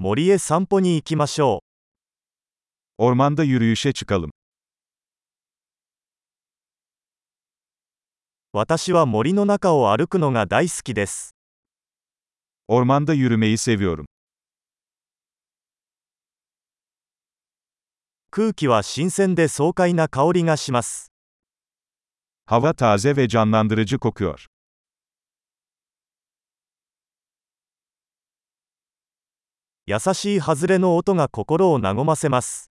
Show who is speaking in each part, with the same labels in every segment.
Speaker 1: 森へ散歩に行きましょ
Speaker 2: Ormanda yürüyüşe çıkalım.
Speaker 1: う。私は森の中を歩くのが大好きです。
Speaker 2: Ormanda yürümeyi seviyorum.
Speaker 1: 空気は新鮮で爽快な香りがします。
Speaker 2: Hava taze ve canlandırıcı kokuyor.
Speaker 1: 優しい外れの音が心を和ませます。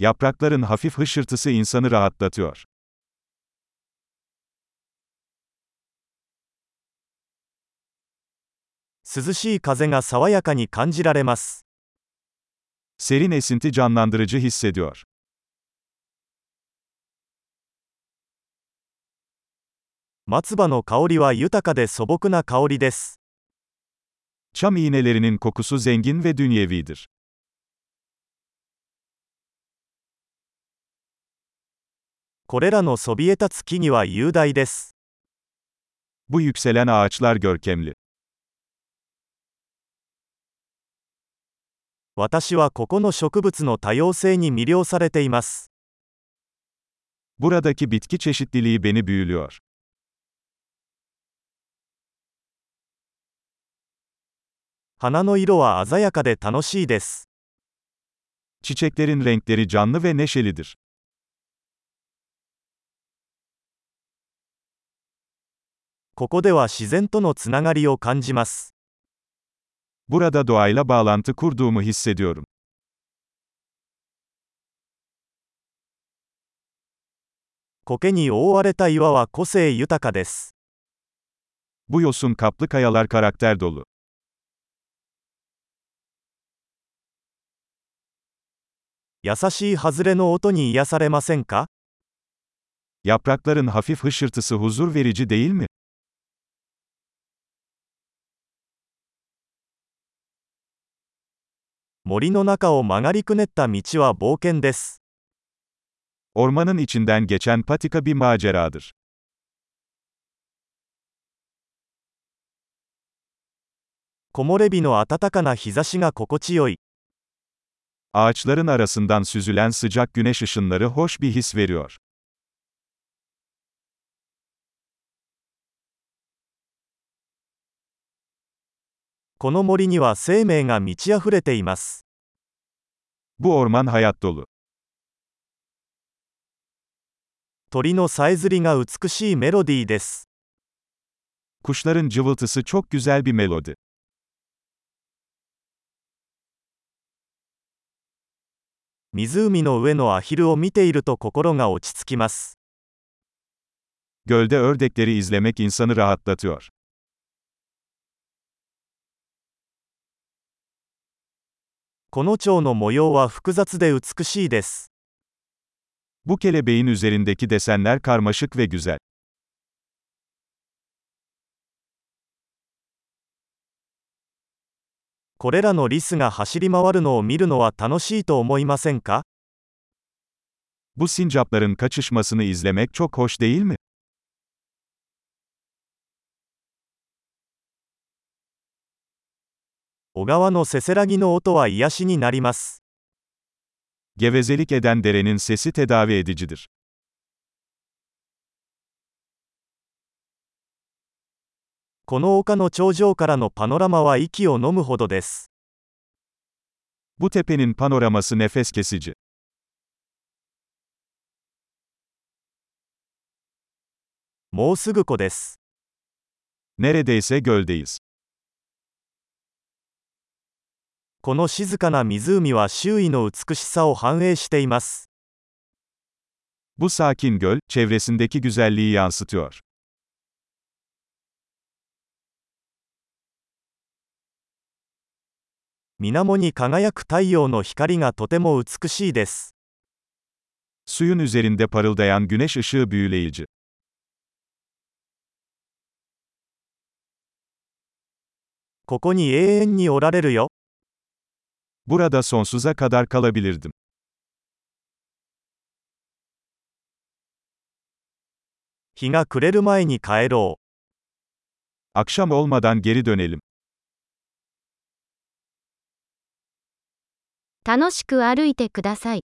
Speaker 2: Yaprakların hafif hışırtısı insanı rahatlatıyor.
Speaker 1: 涼しい風が爽やかに感じられます。
Speaker 2: Serin esinti canlandırıcı hissediyor.
Speaker 1: 松葉の香りは豊かで素朴な香りです。
Speaker 2: Çam iğnelerinin kokusu zengin ve dünyevidir.
Speaker 1: これらのそびえ立つ木々は雄大です。
Speaker 2: Bu yükselen ağaçlar görkemli.
Speaker 1: 私はここの植物の多様性に魅了されています。
Speaker 2: Buradaki bitki çeşitliliği beni büyülüyor.
Speaker 1: 花の色は鮮やかで楽しいです。
Speaker 2: Çiçeklerin renkleri canlı ve neşelidir.
Speaker 1: ここでは自然とのつながりを感じます。
Speaker 2: Burada doğayla bağlantı kurduğumu hissediyorum.
Speaker 1: 苔に覆われた岩は個性豊かです。
Speaker 2: Bu yosun kaplı kayalar karakter dolu.
Speaker 1: 優しい外れの音に癒されませんか
Speaker 2: Yaprakların hafif hışırtısı huzur verici değil mi?
Speaker 1: 森の中を曲がりくねった道は冒険です。
Speaker 2: Ormanın içinden geçen patika bir maceradır.
Speaker 1: 木漏れ日の暖かな日差しが心地よい。
Speaker 2: Ağaçların arasından süzülen sıcak güneş ışınları hoş bir his veriyor.
Speaker 1: この森には生命が満ち溢れています。
Speaker 2: Bu orman hayat dolu.
Speaker 1: 鳥のさえずりが美しいメロディーです。
Speaker 2: Kuşların cıvıltısı çok güzel bir melodi.
Speaker 1: 湖の上のアヒルを見ていると心が落ち着きます。
Speaker 2: Gölde ördekleri izlemek insanı rahatlatıyor.
Speaker 1: この蝶の模様は複雑で美しいです。
Speaker 2: Bu kelebeğin üzerindeki desenler karmaşık ve güzel.
Speaker 1: これらのリスが走り回るのを見るのは楽しいと思いませんか
Speaker 2: Bu sincapların kaçışmasını izlemek çok hoş değil mi?
Speaker 1: 小川のせせらぎの音は癒しになります。
Speaker 2: Gevezelik eden derenin sesi tedavi edicidir.
Speaker 1: この丘の頂上からのパノラマは息を飲むほどです。
Speaker 2: Bu tepenin panoraması nefes kesici.
Speaker 1: もうすぐ湖です。
Speaker 2: Neredeyse göldeyiz.
Speaker 1: この静かな湖は周囲の美しさを反映しています。
Speaker 2: Bu sakin göl, çevresindeki güzelliği yansıtıyor.
Speaker 1: 水面に輝く太陽の光がとても美しいです。
Speaker 2: Suyun üzerinde parıldayan güneş ışığı büyüleyici.
Speaker 1: ここに永遠におられるよ。
Speaker 2: Burada sonsuza kadar kalabilirdim.
Speaker 1: 日が暮れる前に帰ろう。
Speaker 2: Akşam olmadan geri dönelim.
Speaker 3: 楽しく歩いてください。